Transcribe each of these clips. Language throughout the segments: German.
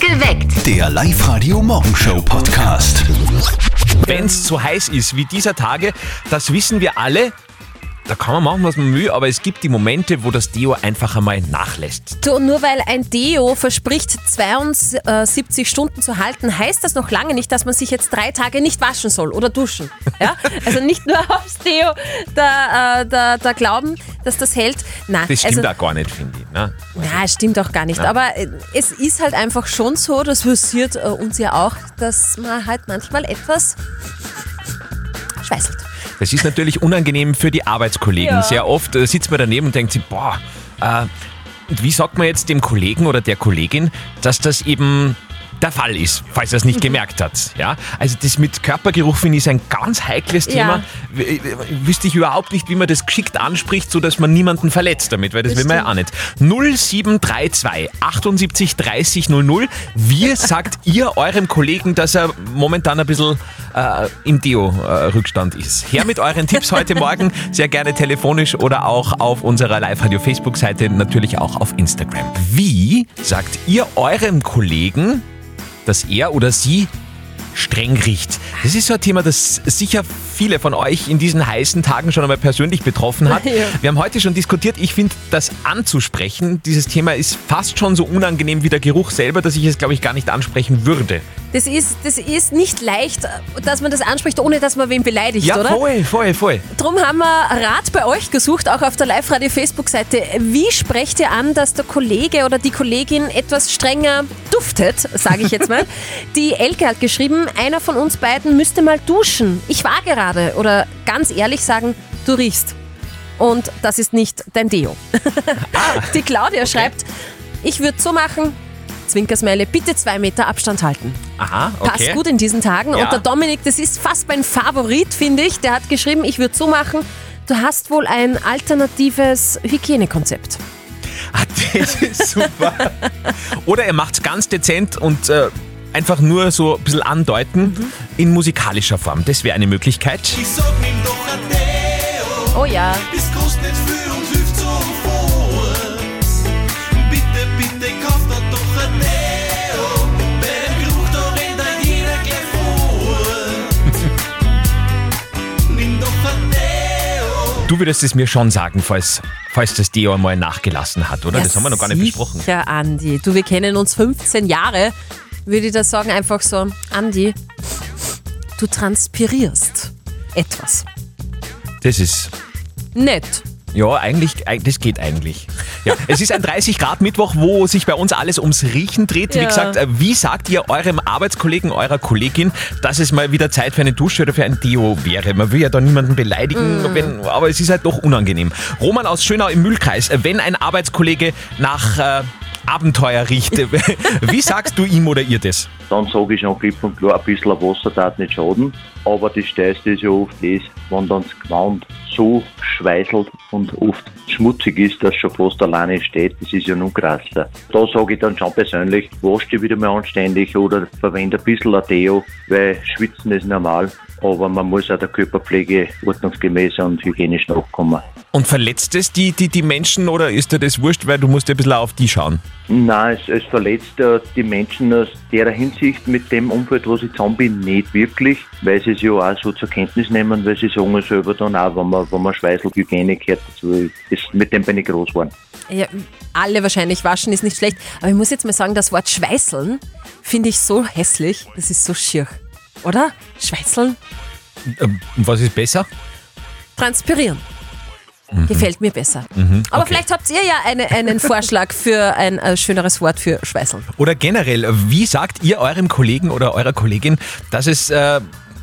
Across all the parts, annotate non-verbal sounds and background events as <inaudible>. Geweckt. Der Live-Radio-Morgenshow-Podcast. Wenn es zu heiß ist wie dieser Tage, das wissen wir alle. Da kann man machen, was man will, aber es gibt die Momente, wo das Deo einfach einmal nachlässt. Du, und nur weil ein Deo verspricht, 72 Stunden zu halten, heißt das noch lange nicht, dass man sich jetzt drei Tage nicht waschen soll oder duschen. Ja? Also nicht nur <laughs> aufs Deo da, äh, da, da glauben, dass das hält. Nein, Das stimmt also, auch gar nicht, finde ich. Ne? na, stimmt auch gar nicht. Aber äh, es ist halt einfach schon so, das passiert äh, uns ja auch, dass man halt manchmal etwas schweißelt. Das ist natürlich unangenehm für die Arbeitskollegen. Ja. Sehr oft äh, sitzt man daneben und denkt sich, boah, äh, wie sagt man jetzt dem Kollegen oder der Kollegin, dass das eben der Fall ist, falls er es nicht Mhm. gemerkt hat. Ja? Also das mit Körpergeruch finde ich ist ein ganz heikles Ja. Thema. W- w- Wüsste ich überhaupt nicht, wie man das geschickt anspricht, sodass man niemanden verletzt damit, weil das will man ja auch nicht. 0732 78 30 00. Wie sagt ihr eurem Kollegen, dass er momentan ein bisschen äh, im Deo-Rückstand ist? Her mit euren Tipps heute Morgen. Sehr gerne telefonisch oder auch auf unserer Live-Radio-Facebook-Seite, natürlich auch auf Instagram. Wie sagt ihr eurem Kollegen, dass er oder sie streng riecht. Das ist so ein Thema, das sicher viele von euch in diesen heißen Tagen schon einmal persönlich betroffen hat. <laughs> Ja. Wir haben heute schon diskutiert, ich finde das anzusprechen, dieses Thema ist fast schon so unangenehm wie der Geruch selber, dass ich es glaube ich gar nicht ansprechen würde. Das ist, das ist nicht leicht, äh, dass man das anspricht, ohne dass man wen beleidigt, Ja, oder? voll, voll, voll. Drum haben wir Rat bei euch gesucht, auch auf der Live-Radio-Facebook-Seite. Wie sprecht ihr an, dass der Kollege oder die Kollegin etwas strenger duftet, sage ich jetzt mal. die Elke hat geschrieben, einer von uns beiden müsste mal duschen. Ich war gerade. Oder ganz ehrlich sagen, du riechst. Und das ist nicht dein Deo. die Claudia schreibt, ich würde so machen, Zwinkersmeile, bitte zwei Meter Abstand halten Aha, okay. passt gut in diesen Tagen. Ja. Und der Dominik, das ist fast mein Favorit, finde ich. Der hat geschrieben, ich würde so machen. Du hast wohl ein alternatives Hygienekonzept. Ah, das ist <laughs> super. Oder er macht es ganz dezent und äh, einfach nur so ein bisschen andeuten Mhm. in musikalischer Form. Das wäre eine Möglichkeit. Ich sag nimm doch ein Deo, Oh ja. es kostet nicht viel und hilft sofort. Bitte, bitte kauf dir doch ein Deo, bei dem Geruch da rennt ein jeder gleich vor. <laughs> Nimm doch ein oh, Deo, Du würdest es mir schon sagen, falls, falls das Deo einmal nachgelassen hat, oder? das haben wir noch gar nicht besprochen. Ja, Andi. Du, wir kennen uns 15 Jahre. Würde ich das sagen, einfach so, Andi, du transpirierst etwas. Das ist. Nett. Ja, eigentlich, eig- das geht eigentlich. Ja, es ist ein 30 Grad Mittwoch, wo sich bei uns alles ums Riechen dreht. Wie Ja. gesagt, äh, wie sagt ihr eurem Arbeitskollegen, eurer Kollegin, dass es mal wieder Zeit für eine Dusche oder für ein Deo wäre? Man will ja da niemanden beleidigen, wenn, aber es ist halt doch unangenehm. Roman aus Schönau im Mühlkreis, äh, wenn ein Arbeitskollege nach äh, Abenteuer riecht, <laughs> äh, wie sagst du ihm oder ihr das? dann sage ich schon klipp und klar, ein bisschen Wasser darf nicht schaden. Aber das Steilste ist ja oft das, wenn dann das Gewand so schweißelt und oft schmutzig ist, dass schon fast alleine steht. Das ist ja nur krasser. Da sage ich dann schon persönlich, wasch dich wieder mal anständig oder verwende ein bisschen ein Deo, weil Schwitzen ist normal. Aber man muss auch der Körperpflege ordnungsgemäß und hygienisch nachkommen. Und verletzt es die, die, die Menschen oder ist dir das wurscht, weil du musst ja ein bisschen auch auf die schauen? Nein, es, es verletzt äh, die Menschen aus der Hinsicht mit dem Umfeld, was ich zusammen bin, nicht wirklich, weil sie es ja auch so zur Kenntnis nehmen, weil sie sagen ja selber dann auch, wenn man, wenn man schweißelt, Hygiene gehört dazu. Ist, mit dem bin ich groß geworden. Ja, alle wahrscheinlich waschen ist nicht schlecht. Aber ich muss jetzt mal sagen, das Wort Schweißeln finde ich so hässlich. Das ist so schier. Oder? Schweißeln? Ähm, Was ist besser? transpirieren. Mhm. Gefällt mir besser. Aber vielleicht habt ihr ja eine, einen Vorschlag für ein äh, schöneres Wort für Schweißeln. Oder generell, wie sagt ihr eurem Kollegen oder eurer Kollegin, dass es äh,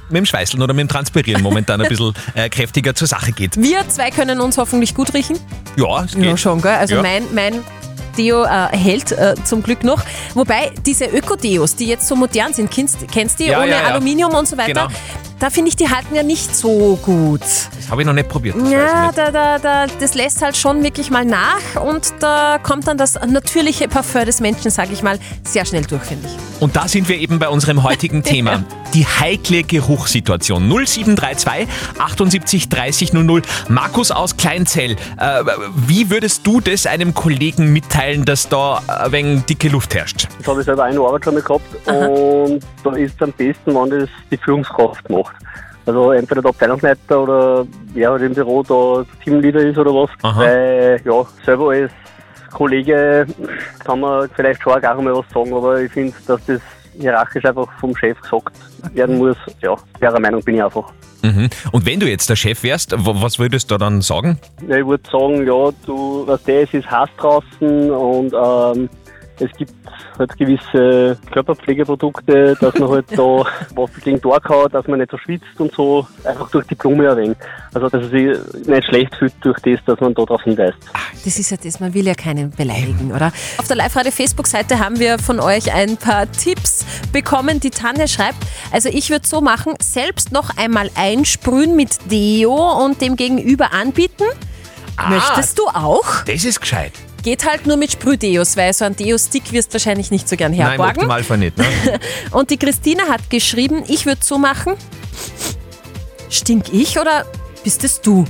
mit dem Schweißeln oder mit dem Transpirieren momentan ein bisschen äh, kräftiger zur Sache geht? Wir zwei können uns hoffentlich gut riechen. Ja, es geht. Ja, schon, gell? Also Ja. mein, mein Deo äh, hält äh, zum Glück noch. Wobei diese Öko-Deos, die jetzt so modern sind, kennst, kennst die Ja, ohne ja, ja. Aluminium und so weiter? Genau. da finde ich, die halten ja nicht so gut. Das habe ich noch nicht probiert. Das Ja, weiß ich da, da, da, das lässt halt schon wirklich mal nach und da kommt dann das natürliche Parfum des Menschen, sage ich mal, sehr schnell durch, finde ich. nicht. Und da sind wir eben bei unserem heutigen <laughs> Thema. Die heikle Geruchssituation. 0732 78 30 00. Markus aus Kleinzell, äh, wie würdest du das einem Kollegen mitteilen, dass da ein wenig dicke Luft herrscht? Das habe ich selber eine Arbeit schon mal gehabt und da ist es am besten, wenn das die Führungskraft macht. Also entweder der Abteilungsleiter oder wer halt im Büro da Teamleader ist oder was. Aha. Weil ja, selber als Kollege kann man vielleicht schon auch mal was sagen, aber ich finde, dass das hierarchisch einfach vom Chef gesagt werden muss. Ja, derer Meinung bin ich einfach. Mhm. Und wenn du jetzt der Chef wärst, w- was würdest du dann sagen? Ja, ich würde sagen, ja, du, was der ist, ist heiß draußen und ähm, es gibt halt gewisse Körperpflegeprodukte, dass man halt <laughs> da was gegen Tag hat, dass man nicht so schwitzt und so, einfach durch die Blume ein wenig. Also, dass es sich nicht schlecht fühlt durch das, dass man da drauf hinweist. Das ist ja das, man will ja keinen beleidigen, oder? Auf der Live-Radio-Facebook-Seite haben wir von euch ein paar Tipps bekommen. Die Tanne schreibt, also ich würde so machen, selbst noch einmal einsprühen mit Deo und dem Gegenüber anbieten. Möchtest du auch? Das ist gescheit. Geht halt nur mit Sprühdeos, weil so ein Deo-Stick wirst wahrscheinlich nicht so gern Nein, im herborgen. Optimalfall nicht. Ne? Und die Christina hat geschrieben, ich würde so machen. Stink ich oder bist es du?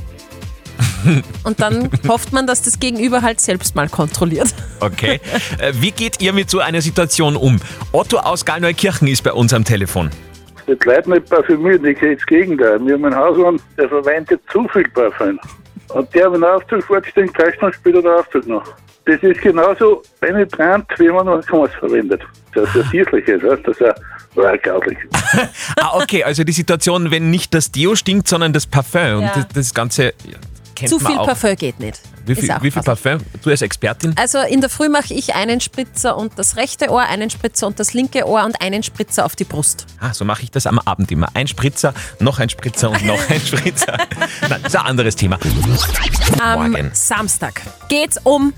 Und dann hofft man, dass das Gegenüber halt selbst mal kontrolliert. Okay. Äh, Wie geht ihr mit so einer Situation um? Otto aus Gallneukirchen ist bei uns am Telefon. Das Leid nicht parfümiert, ich sehe das Gegenteil. Wir haben einen Hausmann, der verwendet zu viel Parfüm. Und der, wenn er Aufzug vorgestellt, drei Stunden später der Aufzug noch. Das ist genauso penetrant, wie man einen Kurs verwendet. Dass er süßlich ist, weißt du, dass er oh, grauslich ist. Ah, okay, also die Situation, wenn nicht das Deo stinkt, sondern das Parfüm und Ja. das, das Ganze ja, kennt Zu man viel auch. Parfüm geht nicht. Wie viel, Ist auch wie viel was. Parfüm? Du als Expertin? Also in der Früh mache ich einen Spritzer und das rechte Ohr, einen Spritzer und das linke Ohr und einen Spritzer auf die Brust. Ah, so mache ich das am Abend immer. Ein Spritzer, noch ein Spritzer und noch ein <laughs> Spritzer. Nein, das ist ein anderes Thema. Am Morgen. Samstag geht's um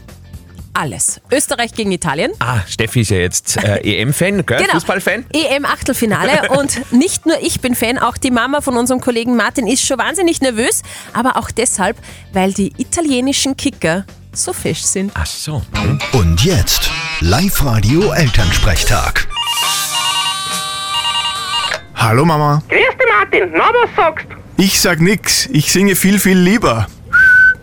alles. Österreich gegen Italien. Ah, Steffi ist ja jetzt äh, EM-Fan, gell? Genau. Fußball-Fan. <laughs> EM-Achtelfinale. E Und nicht nur ich bin Fan, auch die Mama von unserem Kollegen Martin ist schon wahnsinnig nervös. Aber auch deshalb, weil die italienischen Kicker so fesch sind. Ach so. Und jetzt Live-Radio Elternsprechtag. Hallo Mama. Grüß dich, Martin. Na, was sagst? Ich sag nix. Ich singe viel, viel lieber.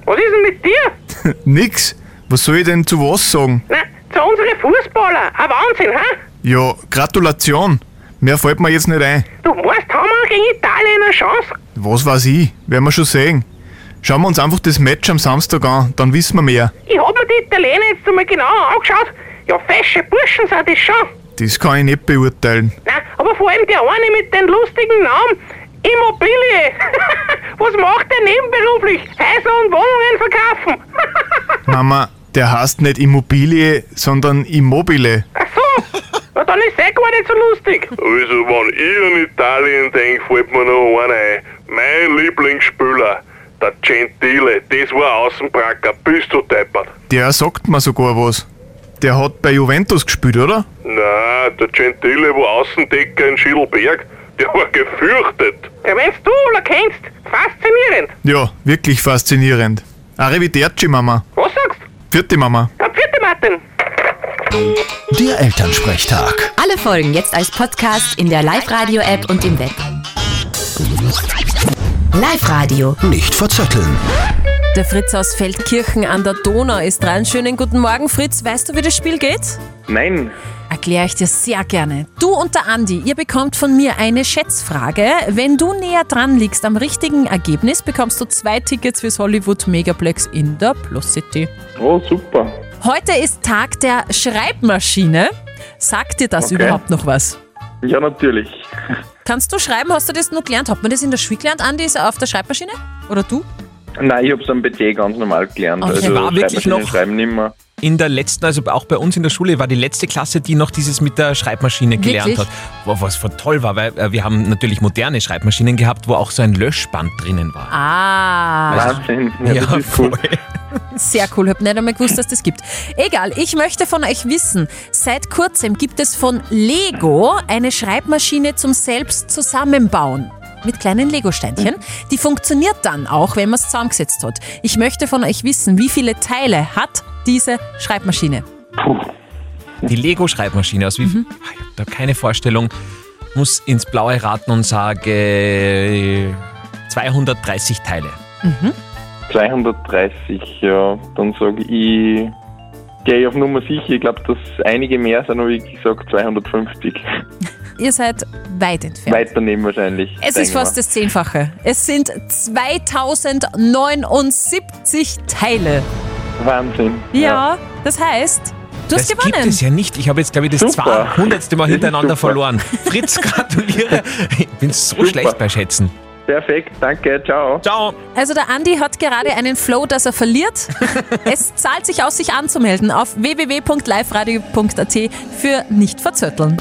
Was ist denn mit dir? Nix? Was soll ich denn zu was sagen? Na, zu unseren Fußballer. Ein Wahnsinn, hä? Ja, Gratulation. Mehr fällt mir jetzt nicht ein. Du weißt, haben wir gegen Italien eine Chance? Was weiß ich? Werden wir schon sehen. Schauen wir uns einfach das Match am Samstag an, dann wissen wir mehr. Ich hab mir die Italiener jetzt einmal genauer angeschaut. Ja, fesche Burschen sind das schon. Das kann ich nicht beurteilen. Na, aber vor allem der eine mit dem lustigen Namen. Immobilie. <laughs> was macht der nebenberuflich? Häuser und Wohnungen verkaufen. <laughs> Mama, der heißt nicht Immobilie, sondern Immobile. Ach so. Na, dann ist eh gar nicht so lustig. Also, wenn ich an Italien denke, fällt mir noch einer ein. Mein Lieblingsspieler, der Gentile, das war Außenbracker, bist du deppert. Der sagt mir sogar was. Der hat bei Juventus gespielt, oder? Na, der Gentile war Außendecker in Schiedlberg, der war gefürchtet. Ja, wenn's du oder kennst, faszinierend. Ja, wirklich faszinierend. Arrivederci, Mama. Was sagst? Vierte Mama. Ja, vierte Martin. Der Elternsprechtag. Alle Folgen jetzt als Podcast in der Live-Radio-App und im Web. Live-Radio. Nicht verzetteln. Der Fritz aus Feldkirchen an der Donau ist dran. Schönen guten Morgen, Fritz. Weißt du, wie das Spiel geht? Nein, Erkläre ich dir sehr gerne. Du und der Andi, ihr bekommt von mir eine Schätzfrage. Wenn du näher dran liegst am richtigen Ergebnis, bekommst du zwei Tickets fürs Hollywood Megaplex in der Plus City. Oh, super. Heute ist Tag der Schreibmaschine. Sagt dir das Okay. überhaupt noch was? Ja, natürlich. Kannst du schreiben? Hast du das nur gelernt? Hat man das in der Schule gelernt, Andi, ist auf der Schreibmaschine? Oder du? Nein, ich habe es am BT ganz normal gelernt. Okay. Also War wirklich Schreibmaschinen noch- Schreiben nicht mehr. In der letzten, also auch bei uns in der Schule, war die letzte Klasse, die noch dieses mit der Schreibmaschine gelernt Wirklich? hat. Wo, was voll toll war, weil äh, wir haben natürlich moderne Schreibmaschinen gehabt, wo auch so ein Löschband drinnen war. Ah, <laughs> Wahnsinn. Ja, das ist voll. cool. sehr cool. Hab nicht einmal gewusst, dass das gibt. Egal, ich möchte von euch wissen, seit kurzem gibt es von Lego eine Schreibmaschine zum Selbst zusammenbauen. mit kleinen Lego-Steinchen. Die funktioniert dann auch, wenn man es zusammengesetzt hat. Ich möchte von euch wissen, wie viele Teile hat diese Schreibmaschine? Die Lego-Schreibmaschine aus wie Mhm. Ah, Ich habe da keine Vorstellung. Muss ins Blaue raten und sage 230 Teile. 230, ja. Dann sage ich, gehe ich auf Nummer sicher. Ich glaube, dass einige mehr sind, aber ich sage 250. Ihr seid weit entfernt. Weiternehmen wahrscheinlich. Es denke ist fast ich das Zehnfache. Es sind 2079 Teile. mal. Wahnsinn. Ja, das heißt, du das hast gewonnen. gibt es ja nicht. Ich habe jetzt, glaube ich, das Super. 200. Mal Das ist hintereinander super. verloren. <laughs> Fritz, gratuliere. Ich bin so schlecht bei Schätzen. Perfekt, danke, ciao. Ciao. Also der Andi hat gerade einen Flow, dass er verliert. es zahlt sich aus, sich anzumelden auf www.liveradio.at für nicht verzötteln.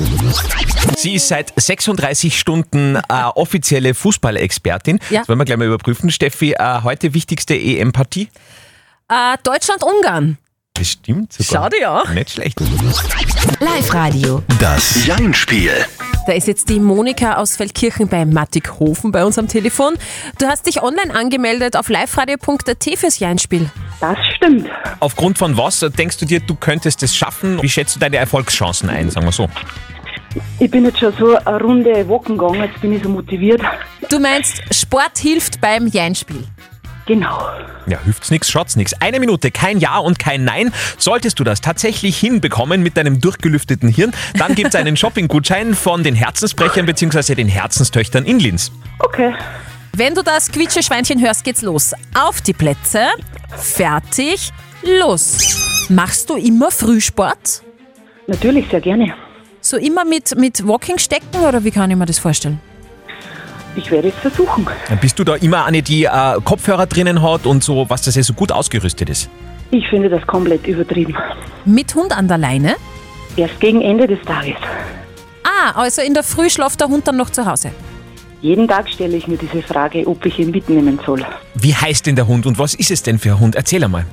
Sie ist seit 36 Stunden äh, offizielle Fußballexpertin. Ja. Das wollen wir gleich mal überprüfen. Steffi, äh, heute wichtigste EM-Partie? Äh, Deutschland-Ungarn. Das stimmt sogar. Schau dir an. Nicht schlecht. Live-Radio. Das Jein-Spiel. Da ist jetzt die Monika aus Feldkirchen bei Mattighofen bei uns am Telefon. Du hast dich online angemeldet auf liveradio.at fürs Jeinspiel. Das stimmt. Aufgrund von was denkst du dir, du könntest es schaffen? Wie schätzt du deine Erfolgschancen ein, sagen wir so? Ich bin jetzt schon so eine Runde walken gegangen, jetzt bin ich so motiviert. Du meinst, Sport hilft beim Jeinspiel. Genau. Ja, hilft's nix, schaut's nix. Eine Minute, kein Ja und kein Nein. Solltest du das tatsächlich hinbekommen mit deinem durchgelüfteten Hirn, dann gibt's einen <laughs> Shopping-Gutschein von den Herzensbrechern bzw. den Herzenstöchtern in Linz. Okay. Wenn du das Quietscheschweinchen hörst, geht's los. Auf die Plätze, fertig, los. Machst du immer Frühsport? Natürlich, sehr gerne. So immer mit, mit Walking stecken oder wie kann ich mir das vorstellen? Ich werde es versuchen. Bist du da immer eine, die äh, Kopfhörer drinnen hat und so, was das ja so gut ausgerüstet ist? Ich finde das komplett übertrieben. Mit Hund an der Leine? Erst gegen Ende des Tages. Ah, also in der Früh schläft der Hund dann noch zu Hause. Jeden Tag stelle ich mir diese Frage, ob ich ihn mitnehmen soll. Wie heißt denn der Hund und was ist es denn für ein Hund? Erzähl einmal.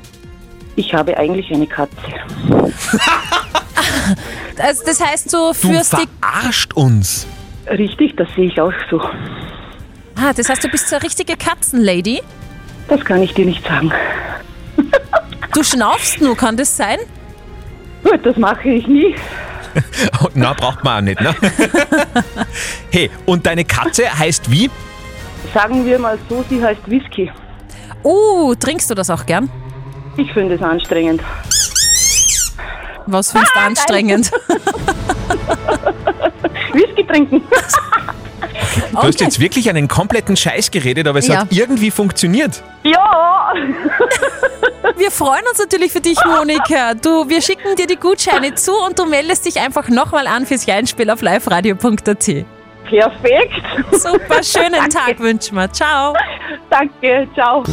Ich habe eigentlich eine Katze. Also das heißt, du Du führst die. verarscht uns. <laughs> Richtig, das sehe ich auch so. Ah, das heißt, du bist so eine richtige Katzenlady. Das kann ich dir nicht sagen. Du schnaufst nur, kann das sein? Gut, das mache ich nie. Oh, na, braucht man auch nicht, ne? <laughs> hey, und deine Katze heißt wie? Sagen wir mal so, sie heißt Whisky. Uh, trinkst du das auch gern? Ich finde es anstrengend. Was findest du Ah, anstrengend? Whisky trinken. Du hast jetzt wirklich einen kompletten Scheiß geredet, aber es Ja. hat irgendwie funktioniert. Ja! Wir freuen uns natürlich für dich, Monika. Du, wir schicken dir die Gutscheine zu und du meldest dich einfach nochmal an fürs Jeinspiel auf liveradio.at. Perfekt. <laughs> Super, <laughs> schönen Tag wünschen wir. Ciao. Danke, ciao.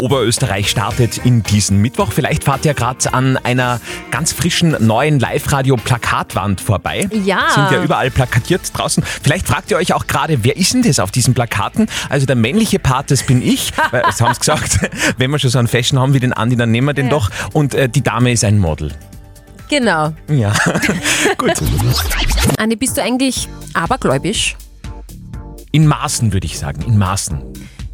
Oberösterreich startet in diesen Mittwoch. Vielleicht fahrt ihr gerade an einer ganz frischen neuen Live-Radio-Plakatwand vorbei. Ja. Sind ja überall plakatiert draußen. Vielleicht fragt ihr euch auch gerade, wer ist denn das auf diesen Plakaten? Also der männliche Part, das bin <laughs> ich. Weil, das haben sie gesagt, <laughs> wenn wir schon so einen Fashion haben wie den Andi, dann nehmen wir den Ja. doch. Und äh, die Dame ist ein Model. Genau. Ja, gut. Anne, bist du eigentlich abergläubisch? In Maßen würde ich sagen, in Maßen.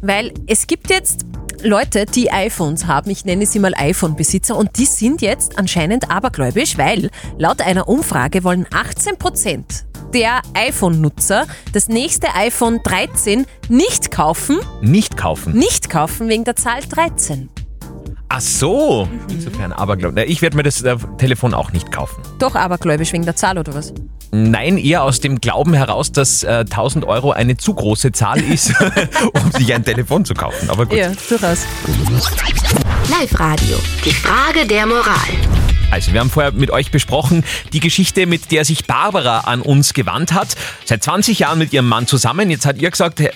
Weil es gibt jetzt Leute, die iPhones haben, ich nenne sie mal iPhone-Besitzer, und die sind jetzt anscheinend abergläubisch, weil laut einer Umfrage wollen 18% der iPhone-Nutzer das nächste iPhone 13 nicht kaufen, Nicht kaufen. nicht kaufen wegen der Zahl 13. Ach so, insofern Aberglaube. Na, Ich werde mir das äh, Telefon auch nicht kaufen. Doch abergläubisch wegen der Zahl oder was? Nein, eher aus dem Glauben heraus, dass äh, 1000 Euro eine zu große Zahl ist, <laughs> um sich ein Telefon zu kaufen. Aber gut. Ja, durchaus. Live-Radio. Die Frage der Moral. Also, wir haben vorher mit euch besprochen, die Geschichte, mit der sich Barbara an uns gewandt hat. Seit 20 Jahren mit ihrem Mann zusammen. Jetzt hat ihr gesagt, äh,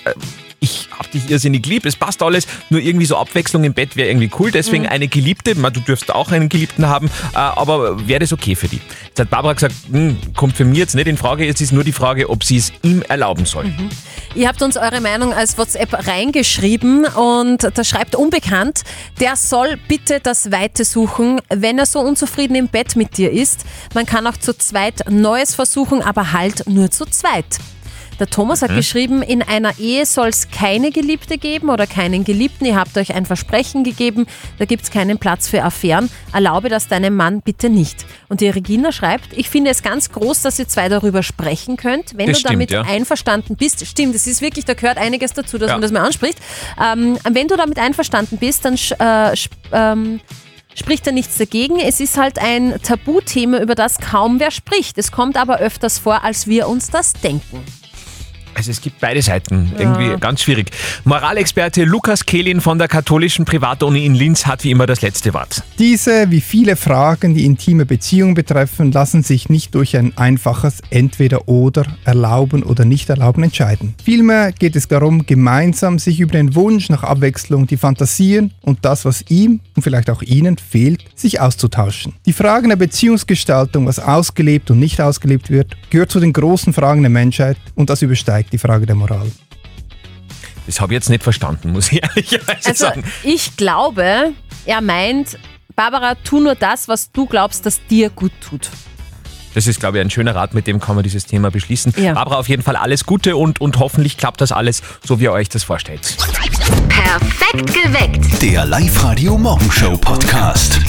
ich hab dich irrsinnig lieb, es passt alles, nur irgendwie so Abwechslung im Bett wäre irgendwie cool. Deswegen eine Geliebte, Ma, du dürfst auch einen Geliebten haben, äh, aber wäre das okay für die? Jetzt hat Barbara gesagt, hm, kommt für mich jetzt nicht in Frage, es ist nur die Frage, ob sie es ihm erlauben soll. Ihr habt uns eure Meinung als WhatsApp reingeschrieben und da schreibt Unbekannt, der soll bitte das Weite suchen, wenn er so unzufrieden im Bett mit dir ist. Man kann auch zu zweit Neues versuchen, aber halt nur zu zweit. Der Thomas hat Mhm. geschrieben, in einer Ehe soll es keine Geliebte geben oder keinen Geliebten. Ihr habt euch ein Versprechen gegeben, da gibt es keinen Platz für Affären. Erlaube das deinem Mann bitte nicht. Und die Regina schreibt, ich finde es ganz groß, dass ihr zwei darüber sprechen könnt. Wenn Das du damit stimmt, ja. einverstanden bist, stimmt, es ist wirklich, da gehört einiges dazu, dass Ja. man das mal anspricht. Ähm, wenn du damit einverstanden bist, dann sch- äh, sp- ähm, spricht da nichts dagegen. Es ist halt ein Tabuthema, über das kaum wer spricht. Es kommt aber öfters vor, als wir uns das denken. Also es gibt beide Seiten. Ja. Irgendwie ganz schwierig. Moralexperte Lukas Kehlin von der katholischen Privatuni in Linz hat wie immer das letzte Wort. Diese, wie viele Fragen, die intime Beziehungen betreffen, lassen sich nicht durch ein einfaches Entweder-Oder erlauben oder nicht erlauben entscheiden. Vielmehr geht es darum, gemeinsam sich über den Wunsch nach Abwechslung, die Fantasien und das, was ihm und vielleicht auch ihnen fehlt, sich auszutauschen. Die Fragen der Beziehungsgestaltung, was ausgelebt und nicht ausgelebt wird, gehört zu den großen Fragen der Menschheit und das übersteigt die Frage der Moral. Das habe ich jetzt nicht verstanden, muss ich <laughs> ehrlicherweise Also sagen. ich glaube, er meint, Barbara, tu nur das, was du glaubst, dass dir gut tut. Das ist, glaube ich, ein schöner Rat, mit dem kann man dieses Thema beschließen. Ja. Barbara, auf jeden Fall alles Gute und, und hoffentlich klappt das alles, so wie ihr euch das vorstellt. Perfekt geweckt. Der Live-Radio Morgenshow Podcast.